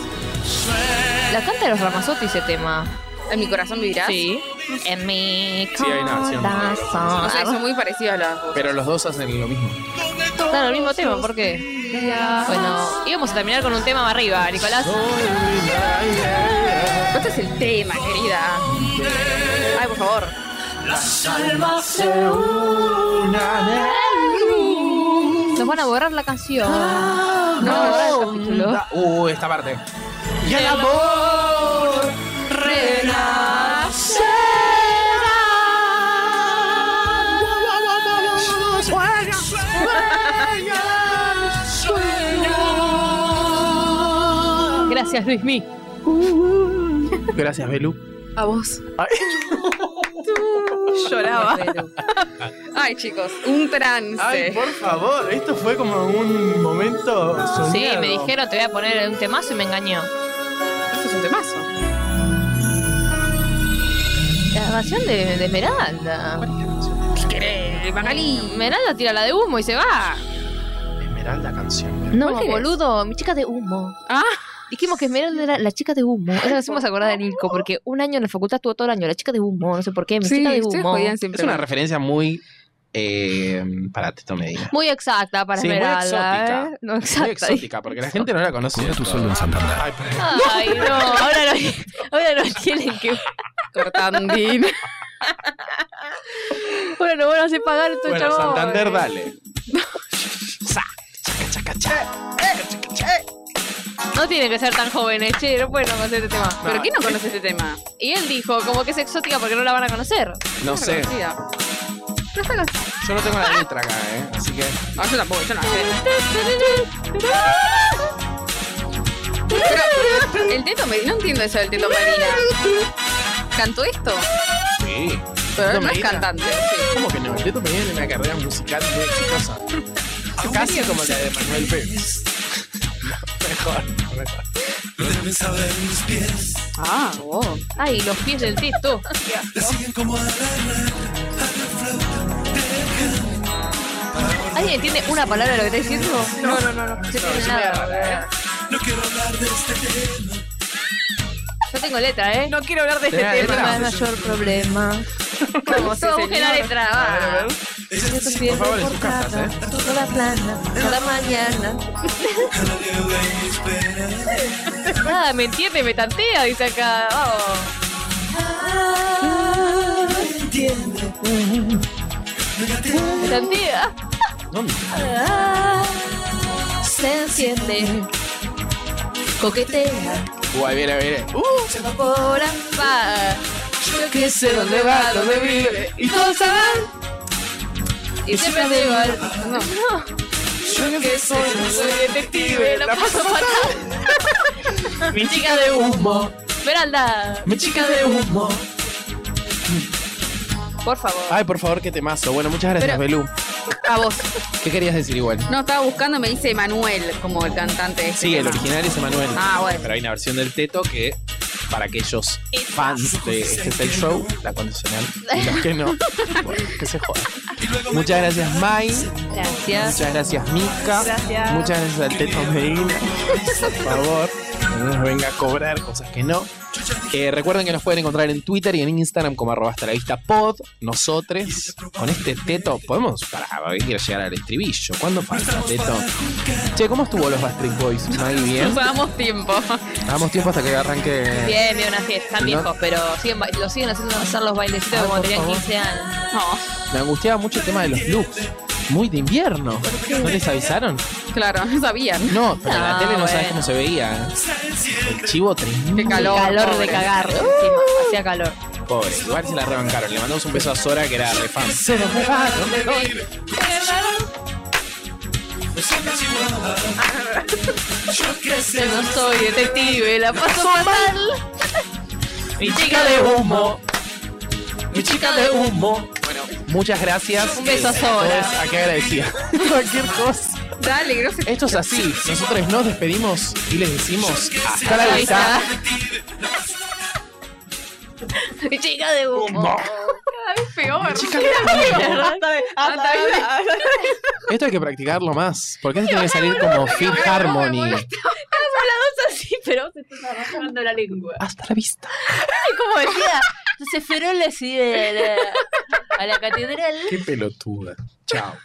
La canta Eros Ramazzotti ese tema.
En mi corazón vivirás.
Sí. En mi
Sí, hay una versión.
O sea, son
corazón.
muy parecidas las dos.
Pero los dos hacen lo mismo.
Están el mismo tema, ¿por qué? Bueno, íbamos a terminar con un tema más arriba, Nicolás.
Este es el tema, querida. Ay, por favor.
Nos van a borrar la canción. Nos van a borrar el capítulo.
Uh, esta parte.
Gracias, Luismi.
Gracias, Belu.
A vos.
(laughs)
Lloraba.
Ay, chicos, un trance.
por favor, esto fue como un momento soñado.
Sí, me dijeron te voy a poner un temazo y me engañó.
Esto es un temazo.
La canción de, de Esmeralda.
Eh, Magali.
Esmeralda tira la de humo y se va.
Esmeralda canción.
No,
¿Cuál querés?
boludo, mi chica de humo.
Ah,
Dijimos que Esmeralda era la chica de humo. Eso nos hicimos acordar de Nico, porque un año en la facultad estuvo todo el año la chica de humo, no sé por qué, mi
sí,
chica de
ustedes
humo.
jodían siempre.
Es una referencia muy. Eh, para Tito Medina.
Muy exacta para
Sí, muy
Esmeralda.
exótica.
¿eh? No, exacta.
Muy exótica, porque la gente no la conoce.
Cobra tu
del
sueldo en
todo.
Santander.
Ay, perdón.
Ay, no, ahora no, ahora no tienen que.
Cortandín.
Ahora no van a hacer pagar estos
Bueno,
chabones.
Santander, dale.
No tienen que ser tan jóvenes, che, no pueden no conocer este tema.
¿Pero quién no conoce este tema?
Y él dijo, como que es exótica porque no la van a conocer.
No sé.
Conocida.
Yo no tengo la letra acá, ¿eh? Así que.
No, Ah, yo tampoco, yo no la sé. Pero, el Teto Medina, no entiendo eso del Teto Medina. ¿Cantó esto?
Sí.
Pero
Tito
no es
Medina.
cantante. sí.
¿Cómo que no? Tito Medina tiene una carrera musical muy exitosa. Casi como la de Manuel Pérez. Mejor, mejor.
No deben saber mis pies.
Ah, wow.
Ay, los pies del texto.
Le siguen como a la red, a la flauta.
¿Alguien entiende una palabra de lo que está diciendo? No, no, no. No, se entiende nada.
No quiero hablar de este tema.
Yo tengo letra, ¿eh?
No quiero hablar de este
Tenía
tema.
letra.
es mayor problema.
Vamos, sí, busquen la letra, va.
Ella me sigue
Por favor, en sus casas, ¿eh?
Toda plana, toda mañana.
a la deuda y mis penas.
Nada, me entiende, me tantea, dice acá. Vamos.
Entiende. Nunca te
Me tantea.
¿Dónde?
Se enciende, coquetea,
Uh, ahí viene, ahí viene. Uh,
se evapora.
Va.
Yo que sé dónde va, dónde vive. Y todos saben. Y siempre da igual.
No, no.
Yo que soy, no soy detective.
La paso fatal.
Mi chica de humo.
Esmeralda.
Mi chica de humo.
Por favor.
Ay, por favor, qué temazo. Bueno, muchas gracias, Belú.
A vos.
¿Qué querías decir igual?
No, estaba buscando, me dice Manuel como el cantante. de este
Sí, el
tema.
original es Emanuel.
Ah, bueno.
Pero hay una versión del Teto que, para aquellos fans de este es el show, la condicional. Y los que no, bueno, que se jodan. Muchas gracias, Mai.
Gracias.
Muchas gracias, Mika.
Gracias.
Muchas gracias al Teto Medina. Por favor, que no nos venga a cobrar cosas que no. Eh, recuerden que nos pueden encontrar en Twitter y en Instagram como arroba hasta la vista pod. Nosotros, con este teto, podemos para ir a llegar al estribillo. ¿Cuándo falta, teto? Che, ¿cómo estuvo los Backstreet Boys? Muy bien.
Usamos tiempo.
Damos tiempo hasta que arranque.
Bien, bien, una fiesta. Están
No.
viejos, pero siguen ba- lo siguen haciendo hacer los bailecitos como tenían 15 años.
No,
Me angustiaba mucho el tema de los looks. Muy de invierno. ¿No les avisaron?
claro, (laughs) no sabían.
No, pero en la
No,
tele no sabes
Ah, bueno.
cómo se veía. ¿eh? El chivo tremendo.
Qué calor.
calor
pobre.
de cagar. Encima, hacía calor.
Pobre, igual se la rebancaron. Le mandamos un beso a Sora, que era re fan.
Yo que sé.
Yo no soy detective, la paso fatal.
Mi chica de humo. Mi chica de humo. Bueno, muchas gracias. Eh,
Un beso a Sora.
Todos, ¿A qué agradecida? (laughs) Cualquier cosa.
Dale, no se...
Esto es así. Nosotros nos despedimos y les decimos hasta la
Ahí
vista.
está.
Chica de humo.
Es peor.
(laughs) Hasta de- hasta de-
Esto hay que practicarlo más. Porque esto tiene que salir como Fit Harmony.
Sí, pero se está arrastrando la lengua.
Hasta la vista.
Como decía, entonces Ferol le sigue a la, a la catedral.
Qué pelotuda. Chao.